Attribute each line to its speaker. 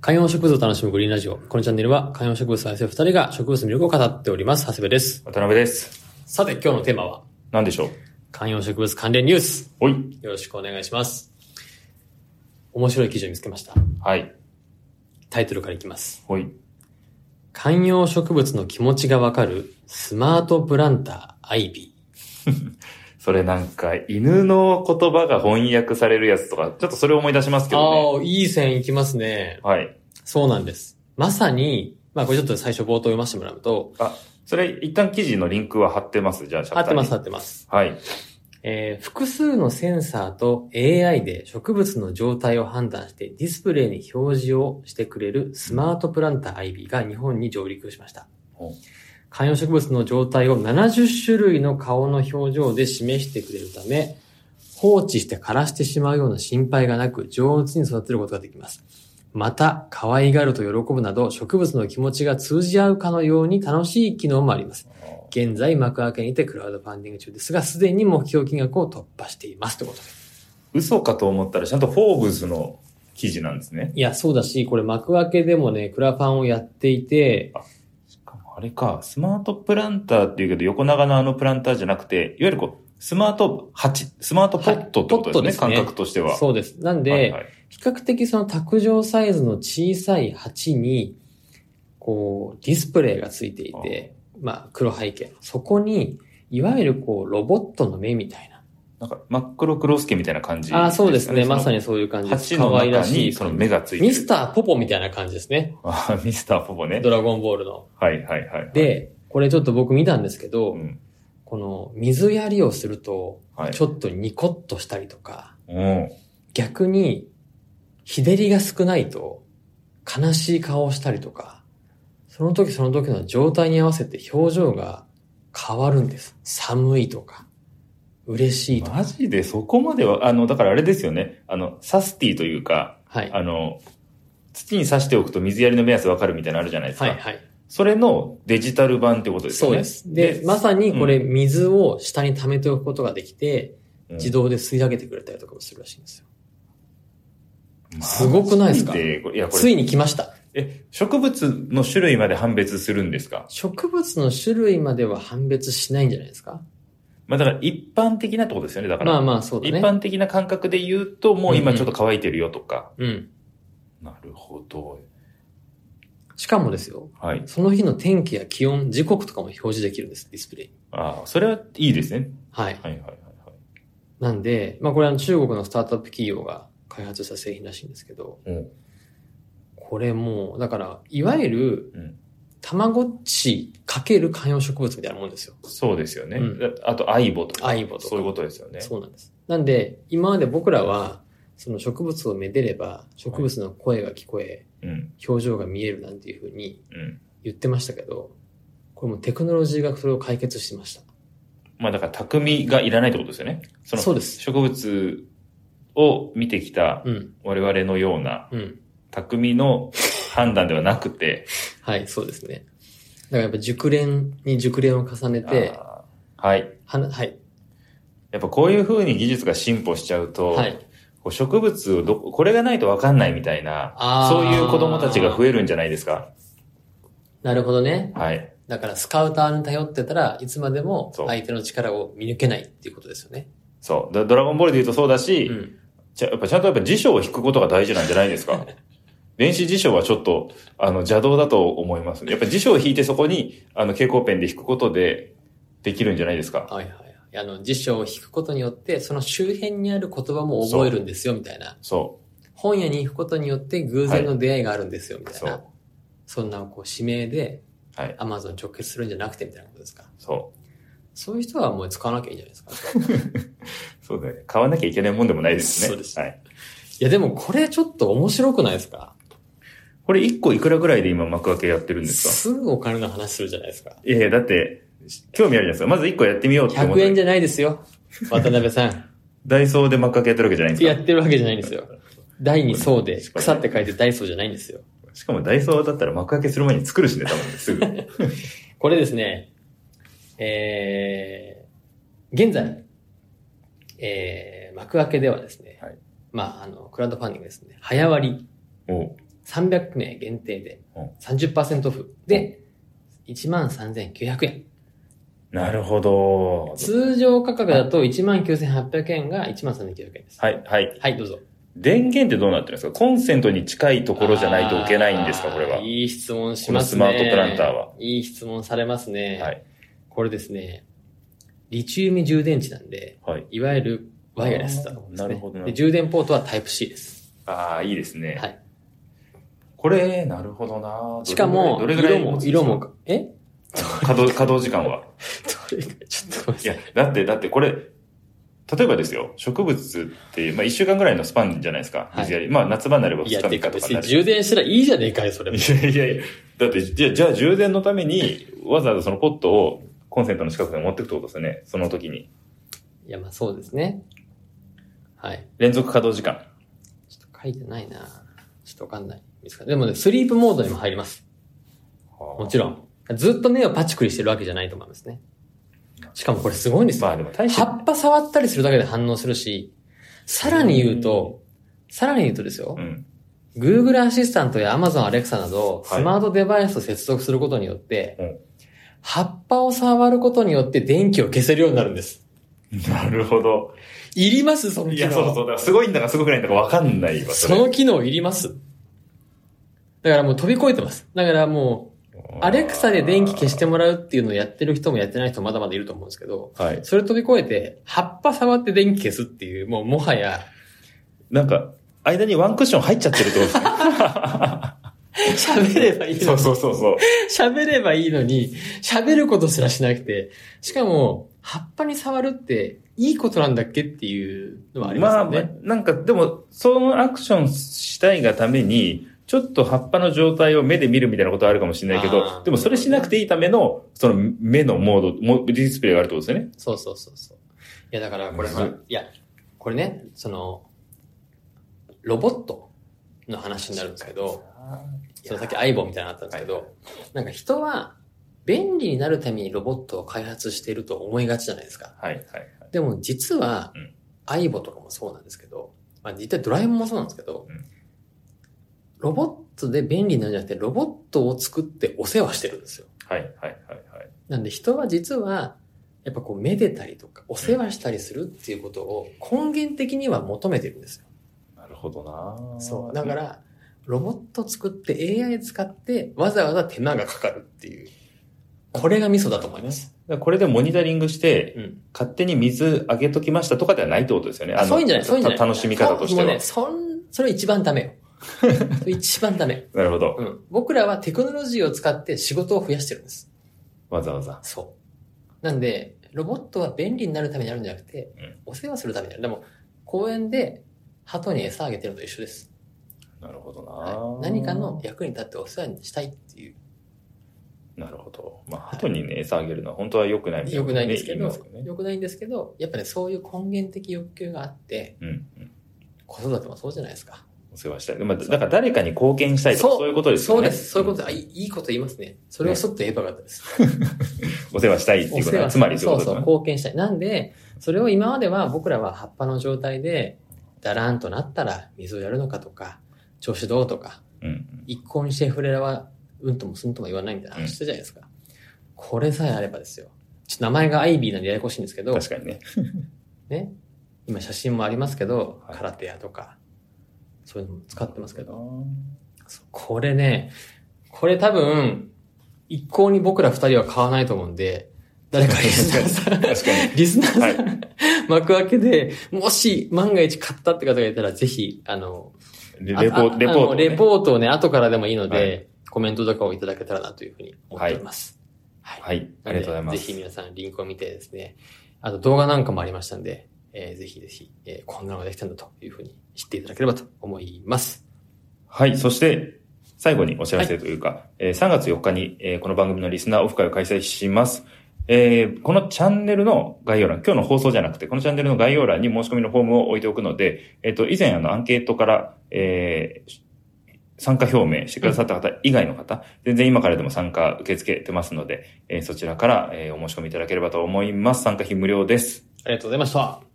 Speaker 1: 観葉植物を楽しむグリーンラジオ。このチャンネルは観葉植物を愛する二人が植物の魅力を語っております。長谷部です。
Speaker 2: 渡辺です。
Speaker 1: さて、今日のテーマは、
Speaker 2: 何でしょう
Speaker 1: 観葉植物関連ニュース。
Speaker 2: おい。
Speaker 1: よろしくお願いします。面白い記事を見つけました。
Speaker 2: はい。
Speaker 1: タイトルからいきます。
Speaker 2: おい。
Speaker 1: 観葉植物の気持ちがわかるスマートプランターアイビ
Speaker 2: それなんか、犬の言葉が翻訳されるやつとか、ちょっとそれを思い出しますけ
Speaker 1: ー。
Speaker 2: どね。
Speaker 1: ああ、いい線いきますね。
Speaker 2: はい。
Speaker 1: そうなんです。まさに、まあこれちょっと最初冒頭読ませてもらうと、
Speaker 2: それ、一旦記事のリンクは貼ってます。じゃあ、シャ
Speaker 1: 合
Speaker 2: ッ
Speaker 1: っ
Speaker 2: タ
Speaker 1: て
Speaker 2: ーに
Speaker 1: ます合ってます。
Speaker 2: はい。
Speaker 1: えー複数のセンサーと AI で植物の状態を判断してディスプレイに表示をしてくれるスマートプランター IB が日本に上陸しました
Speaker 2: ほう。
Speaker 1: 観葉植物の状態を70種類の顔の表情で示してくれるため、放置して枯らしてしまうような心配がなく上手に育てることができます。また、可愛がると喜ぶなど植物の気持ちが通じ合うかのように楽しい機能もあります。現在、幕開けにてクラウドファンディング中ですが、すでに目標金額を突破していますということで。
Speaker 2: 嘘かと思ったら、ちゃんとフォーブスの記事なんですね。
Speaker 1: いや、そうだし、これ幕開けでもね、クラファンをやっていて、
Speaker 2: しかもあれか、スマートプランターっていうけど、横長のあのプランターじゃなくて、いわゆるこう、スマート鉢、スマートポットってことで
Speaker 1: はいポッ
Speaker 2: すね、
Speaker 1: トですね
Speaker 2: 感覚としては。
Speaker 1: そうです。なんで、
Speaker 2: はいはい
Speaker 1: 比較的その卓上サイズの小さい鉢に、こう、ディスプレイがついていて、まあ、黒背景。そこに、いわゆるこう、ロボットの目みたいな。
Speaker 2: なんか、真っ黒クロスケみたいな感じ、
Speaker 1: ああ、そうですね。まさ
Speaker 2: に。
Speaker 1: にそういう感じです。
Speaker 2: 鉢
Speaker 1: 可
Speaker 2: の
Speaker 1: 愛
Speaker 2: 中
Speaker 1: らし
Speaker 2: に
Speaker 1: い
Speaker 2: そ
Speaker 1: 感
Speaker 2: の
Speaker 1: じ。
Speaker 2: 目がついてる。
Speaker 1: ミスターポポみたいな感じですね。
Speaker 2: あ ミスターポポね。
Speaker 1: ドラゴンボールの。
Speaker 2: はいはいはい。、
Speaker 1: で、これちょっと僕見たんですけど、
Speaker 2: うん。
Speaker 1: この水やりをすると、
Speaker 2: はい。
Speaker 1: ちょっとニコッとしたりとか、
Speaker 2: うん。
Speaker 1: 逆に、日照りが少ないと、悲しい顔をしたりとか、その時その時の状態に合わせて表情が変わるんです。寒いとか、嬉しいとか。
Speaker 2: マジでそこまでは、あの、だからあれですよね。あの、サスティというか、
Speaker 1: はい。は
Speaker 2: あの、土に刺しておくと水やりの目安わかるみたいなのあるじゃないですか。
Speaker 1: い、はい。
Speaker 2: それのデジタル版ってことです
Speaker 1: そ
Speaker 2: よ
Speaker 1: う
Speaker 2: ね。
Speaker 1: です。で、まさにこれ水を下に溜めておくことができて、
Speaker 2: うん
Speaker 1: 自動で吸い上げてくれたりとかもするらしいんですよ。すごくないですか
Speaker 2: マジこれいや、こ
Speaker 1: つ
Speaker 2: れ、
Speaker 1: いに来ました。
Speaker 2: え、植物の種類まで判別するんですか
Speaker 1: 植物の種類までは判別しないんじゃないですか
Speaker 2: まあだから一般的なってことですよね。だから、
Speaker 1: まあまあそうだ
Speaker 2: 一
Speaker 1: ね。
Speaker 2: 般的な感覚で言うと、もう今ちょっと乾いてるよとか。
Speaker 1: うん。
Speaker 2: なるほど。
Speaker 1: しかもですよ、
Speaker 2: はい。
Speaker 1: その日の天気や気温、時刻とかも表示できるんです、ディスプレイに。
Speaker 2: ああ、それはいいですね。
Speaker 1: はい。
Speaker 2: はいはいはいはい。
Speaker 1: なんで、まあこれは中国のスタートアップ企業が開発した製品らしいんですけど、
Speaker 2: うん
Speaker 1: これもう、だから、いわゆる
Speaker 2: うん、
Speaker 1: たまごっちかける観葉植物みたいなもんですよ。
Speaker 2: そうですよね。
Speaker 1: うん
Speaker 2: だあと、アイボとか。
Speaker 1: アイボとか
Speaker 2: そういうことですよね。
Speaker 1: そうなんです。なんで、今まで僕らは、その植物をめでれば、植物の声が聞こえ、
Speaker 2: うん。
Speaker 1: 表情が見えるなんていうふうに
Speaker 2: うん。
Speaker 1: 言ってましたけど、これもうテクノロジーがそれを解決しました。
Speaker 2: まあだから、匠がいらないってことですよね。その、
Speaker 1: そうです。
Speaker 2: 植物を見てきた
Speaker 1: うん、
Speaker 2: 我々のような
Speaker 1: うん。
Speaker 2: 匠の判断ではなくて、
Speaker 1: はい、そうですね。だからやっぱ熟練に熟練を重ねて、
Speaker 2: あーはい。
Speaker 1: はな、はい、
Speaker 2: やっぱこういう風に技術が進歩しちゃうと、
Speaker 1: はい。
Speaker 2: こう植物をど、これがないとわかんないみたいな、
Speaker 1: あー
Speaker 2: そういう子供たちが増えるんじゃないですか。
Speaker 1: なるほどね。
Speaker 2: はい。
Speaker 1: だからスカウターに頼ってたらいつまでも
Speaker 2: そう
Speaker 1: 相手の力を見抜けないっていうことですよね。
Speaker 2: そう。だドラゴンボールで言うとそうだし、
Speaker 1: うん。
Speaker 2: ちゃやっぱちゃんとやっぱ辞書を引くことが大事なんじゃないで すか電子辞書はちょっと、あの、邪道だと思います。やっぱ辞書を引いてそこに、あの、蛍光ペンで引くことで、できるんじゃないですか
Speaker 1: はいはいはい。あの、辞書を引くことによって、その周辺にある言葉も覚えるんですよ、みたいな。
Speaker 2: そ
Speaker 1: 本屋に行くことによって偶然の出会いがあるんですよ、み
Speaker 2: う。
Speaker 1: たい
Speaker 2: そ
Speaker 1: な。
Speaker 2: う。
Speaker 1: そんな、こう、指名で
Speaker 2: はい。
Speaker 1: Amazon に直結するんじゃなくて、みたいなことですか。
Speaker 2: そ
Speaker 1: そういう人はもう使わなきゃいいんじゃないですか。
Speaker 2: う。そうだね。買わなきゃいけないもんでもないですね。
Speaker 1: そうです
Speaker 2: はい。
Speaker 1: いや、でもこれちょっと面白くないですか
Speaker 2: これ1個いくらぐらいで今幕開けやってるんですか
Speaker 1: すぐお金の話するじゃないですか。
Speaker 2: いやいや、だって、興味あるじゃないですか。まず1個やってみようって思っ
Speaker 1: 100円
Speaker 2: て。
Speaker 1: じゃないですよ。渡辺さ ん。
Speaker 2: ダイソーで幕開けやってるわけじゃないんですか
Speaker 1: やってるわけじゃないんですよ。第二層で、草って書いてダイソーじゃないんですよ。
Speaker 2: しかもダイソーだったら幕開けする前に作るしね、多分すぐ。
Speaker 1: これですね、えー、現在、えー、幕開けではですね、
Speaker 2: はい
Speaker 1: まあ、あの、クラウドファンディングですね、早割り、
Speaker 2: おう
Speaker 1: 300名限定で
Speaker 2: うん
Speaker 1: 30%オフで13,900円。
Speaker 2: なるほど。
Speaker 1: 通常価格だと19,800円が13,900円です。
Speaker 2: はい、はい。
Speaker 1: はい、どうぞ。
Speaker 2: 電源ってどうなってるんですかコンセントに近いところじゃないと置けないんですかこれは
Speaker 1: あー。いい質問しますね。
Speaker 2: このスマートプランターは。
Speaker 1: いい質問されますね。
Speaker 2: はい。
Speaker 1: これですね、リチウム充電池なんで、
Speaker 2: はい。
Speaker 1: いわゆるワイヤレスだと思うんですね。
Speaker 2: あーなるほどな
Speaker 1: で充電ポートはタイプ C です。
Speaker 2: ああ、いいですね。
Speaker 1: はい。
Speaker 2: これ、なるほどな
Speaker 1: しかも、
Speaker 2: どれぐらい
Speaker 1: 色
Speaker 2: どれぐらい持
Speaker 1: も、
Speaker 2: つんです
Speaker 1: 色
Speaker 2: か
Speaker 1: も、え
Speaker 2: 稼 働、稼働時間は。
Speaker 1: どれぐらいちょっとごめんないさ
Speaker 2: や
Speaker 1: い。、
Speaker 2: だって、だってこれ、例えばですよ、植物って、まあ、一週間ぐらいのスパンじゃないですか。
Speaker 1: はい
Speaker 2: 水やり。まあ、夏場になれば
Speaker 1: い
Speaker 2: 二
Speaker 1: や、
Speaker 2: 日
Speaker 1: て
Speaker 2: 三日
Speaker 1: か
Speaker 2: とか
Speaker 1: 別
Speaker 2: にな
Speaker 1: に
Speaker 2: る。
Speaker 1: 充電したらいいじゃねえかよ、それも。
Speaker 2: いやいやいや、だって、じゃあ、じゃあ充電のために、わざわざそのポットをコンセントの近くに持ってくってことですよね。その時に。
Speaker 1: いや、まあそうですね。はい。
Speaker 2: 連続稼働時間。
Speaker 1: ちょっと書いてないなちょっとわかんない。ですかでもね、スリープモードにも入ります。も
Speaker 2: も
Speaker 1: ちろん。ずっと目をパチクリしてるわけじゃないと思いますね。しかもこれすごいんですよ。
Speaker 2: まあでも大して
Speaker 1: 葉、っぱ触ったりするだけで反応するし、さらに言うと、さらに言うとですよ
Speaker 2: う、ん。
Speaker 1: Google アシスタントや Amazon Alexa など、
Speaker 2: は
Speaker 1: ス
Speaker 2: い
Speaker 1: マートデバイスと接続することによって、
Speaker 2: うん
Speaker 1: 葉っぱを触ることによって電気を消せるようになるんです。
Speaker 2: なるほど。
Speaker 1: いりますその
Speaker 2: い
Speaker 1: 機能。
Speaker 2: や、そうそう。だからすごいんだかすごくないんだかわかんないわ、
Speaker 1: そ
Speaker 2: それ。
Speaker 1: の機能いります。だからもう飛び越えてます。だからもう、アレクサで電気消してもらうっていうのをやってる人もやってない人もまだまだいると思うんですけど、
Speaker 2: はい。
Speaker 1: それ飛び越えて、葉っぱ触って電気消すっていう、もうもはや、
Speaker 2: なんか、間にワンクッション入っちゃってるってことですね。
Speaker 1: 喋ればいい
Speaker 2: そ
Speaker 1: の
Speaker 2: う
Speaker 1: に、
Speaker 2: そうそうそう。
Speaker 1: 喋ればいいのに、喋ることすらしなくて、しかも、葉っぱに触るって、いいことなんだっけっていうのはありますよね。
Speaker 2: あ、なんか、でも、そのアクションしたいがために、ちょっと葉っぱの状態を目で見るみたいなことはあるかもしれないけ
Speaker 1: あ
Speaker 2: ど、
Speaker 1: ー
Speaker 2: でもそれしなくていいための、その目のモード、モディスプレイがあるってことですよね。
Speaker 1: そうそうそうそう。いや、だからこれ、
Speaker 2: む
Speaker 1: ほ
Speaker 2: ずい
Speaker 1: らいや、これね、その、ロボットの話になるんですけど、そのさっき相棒みたいなのあったんですけど、
Speaker 2: はい
Speaker 1: なんか人は便利になるためにロボットを開発していると思いがちじゃないですか。
Speaker 2: はい、はい、はい。
Speaker 1: でも実は
Speaker 2: うん、
Speaker 1: 相棒とかもそうなんですけど、まあ実際ドラえもんもそうなんですけど
Speaker 2: うん、
Speaker 1: ロボットで便利になるんじゃなくて、ロボットを作ってお世話してるんですよ。
Speaker 2: はい、はい、はい、はい。
Speaker 1: なんで人は実は、やっぱこう、めでたりとか、お世話したりするっていうことを根源的には求めてるんですよ。
Speaker 2: なるほどな
Speaker 1: そう。だか、ら、ロボット作って AI 使って、わざわざ手間がかかるっていう。これがミソだと思います。
Speaker 2: これでモニタリングして、
Speaker 1: うん。
Speaker 2: 勝手に水あげときましたとかではないってことですよね。
Speaker 1: あ
Speaker 2: の
Speaker 1: そういうんじゃない、そういうんじゃない。
Speaker 2: た楽しみ方として
Speaker 1: そうも
Speaker 2: は。
Speaker 1: うね、そん、それ一番ダメよ。 それ一番ダメ。
Speaker 2: なるほど。
Speaker 1: うん。僕らはテクノロジーを使って仕事を増やしてるんです。
Speaker 2: わざわざ。
Speaker 1: そう。なんで、ロボットは便利になるためにあるんじゃなくて、
Speaker 2: うん
Speaker 1: お世話するためにある。でも、公園で鳩に餌あげてるのと一緒です。
Speaker 2: なるほどな、
Speaker 1: はい、何かの役に立ってお世話にしたいっていう。
Speaker 2: なるほど。まあ、鳩にね、餌あげるのは本当は良くないみたい
Speaker 1: 良
Speaker 2: な、ね。
Speaker 1: くないんですけ
Speaker 2: 言い
Speaker 1: ど、
Speaker 2: ますよね。
Speaker 1: 良くないんですけど、やっぱね、そういう根源的欲求があって、
Speaker 2: うんうん。
Speaker 1: 子育てもそうじゃないですか。
Speaker 2: お世話したい。まあ、だから誰かに貢献したいとか、
Speaker 1: そう
Speaker 2: そういうことです
Speaker 1: そ
Speaker 2: よ
Speaker 1: う
Speaker 2: ね。
Speaker 1: です。そういうことで、あいいいいこと言いますね。それをちょっと言えばよかったです。
Speaker 2: お世話したいって
Speaker 1: お
Speaker 2: いうこ
Speaker 1: 世
Speaker 2: とは、
Speaker 1: 話
Speaker 2: つまりそう
Speaker 1: そ
Speaker 2: いう
Speaker 1: う
Speaker 2: こと
Speaker 1: そう、
Speaker 2: ですね。
Speaker 1: 貢献したい。なんで、それを今までは僕らは葉っぱの状態で、だらんとなったら水をやるのかとか、調子どうとか、
Speaker 2: うんうん。
Speaker 1: 一向にシェフレラはうんともすんとも言わないみたいな話したじゃないですか。これさえあればですよ。ちょっと名前がアイビーなんでややこしいんですけど、
Speaker 2: 確かにね。
Speaker 1: ね。今写真もありますけど、
Speaker 2: はい
Speaker 1: 空手やとか、そういうのも使ってますけど、
Speaker 2: う
Speaker 1: そうこれね、これ多分、一向に僕ら二人は買わないと思うんで、誰かリスナーさん
Speaker 2: ん 確かに。
Speaker 1: リスナーさん、幕開けで、もし万が一買ったって方がいたら、ぜひ、あの、
Speaker 2: レ
Speaker 1: あ
Speaker 2: レポ
Speaker 1: ああの
Speaker 2: レポート、ね。
Speaker 1: レポートをね、後からでもいいので、
Speaker 2: はい
Speaker 1: コメントとかをいただけたらなというふうに思っております。はい。
Speaker 2: はい。ありがとうございます。
Speaker 1: ぜひ皆さんリンクを見てですね、あと動画なんかもありましたんで、えーぜひぜひ、えーこんなのができたんだというふうに知っていただければと思います。
Speaker 2: はい。そして、最後にお知らせというか、えー3月4日に、えーこの番組のリスナーオフ会を開催します。えーこのチャンネルの概要欄、今日の放送じゃなくて、このチャンネルの概要欄に申し込みのフォームを置いておくので、えっ、と、以前あのアンケートから、えー参加表明してくださった方以外の方、全然今からでも参加受け付けてますので、えーそちらから、えーお申し込みいただければと思います。参加費無料です。
Speaker 1: ありがとうございました。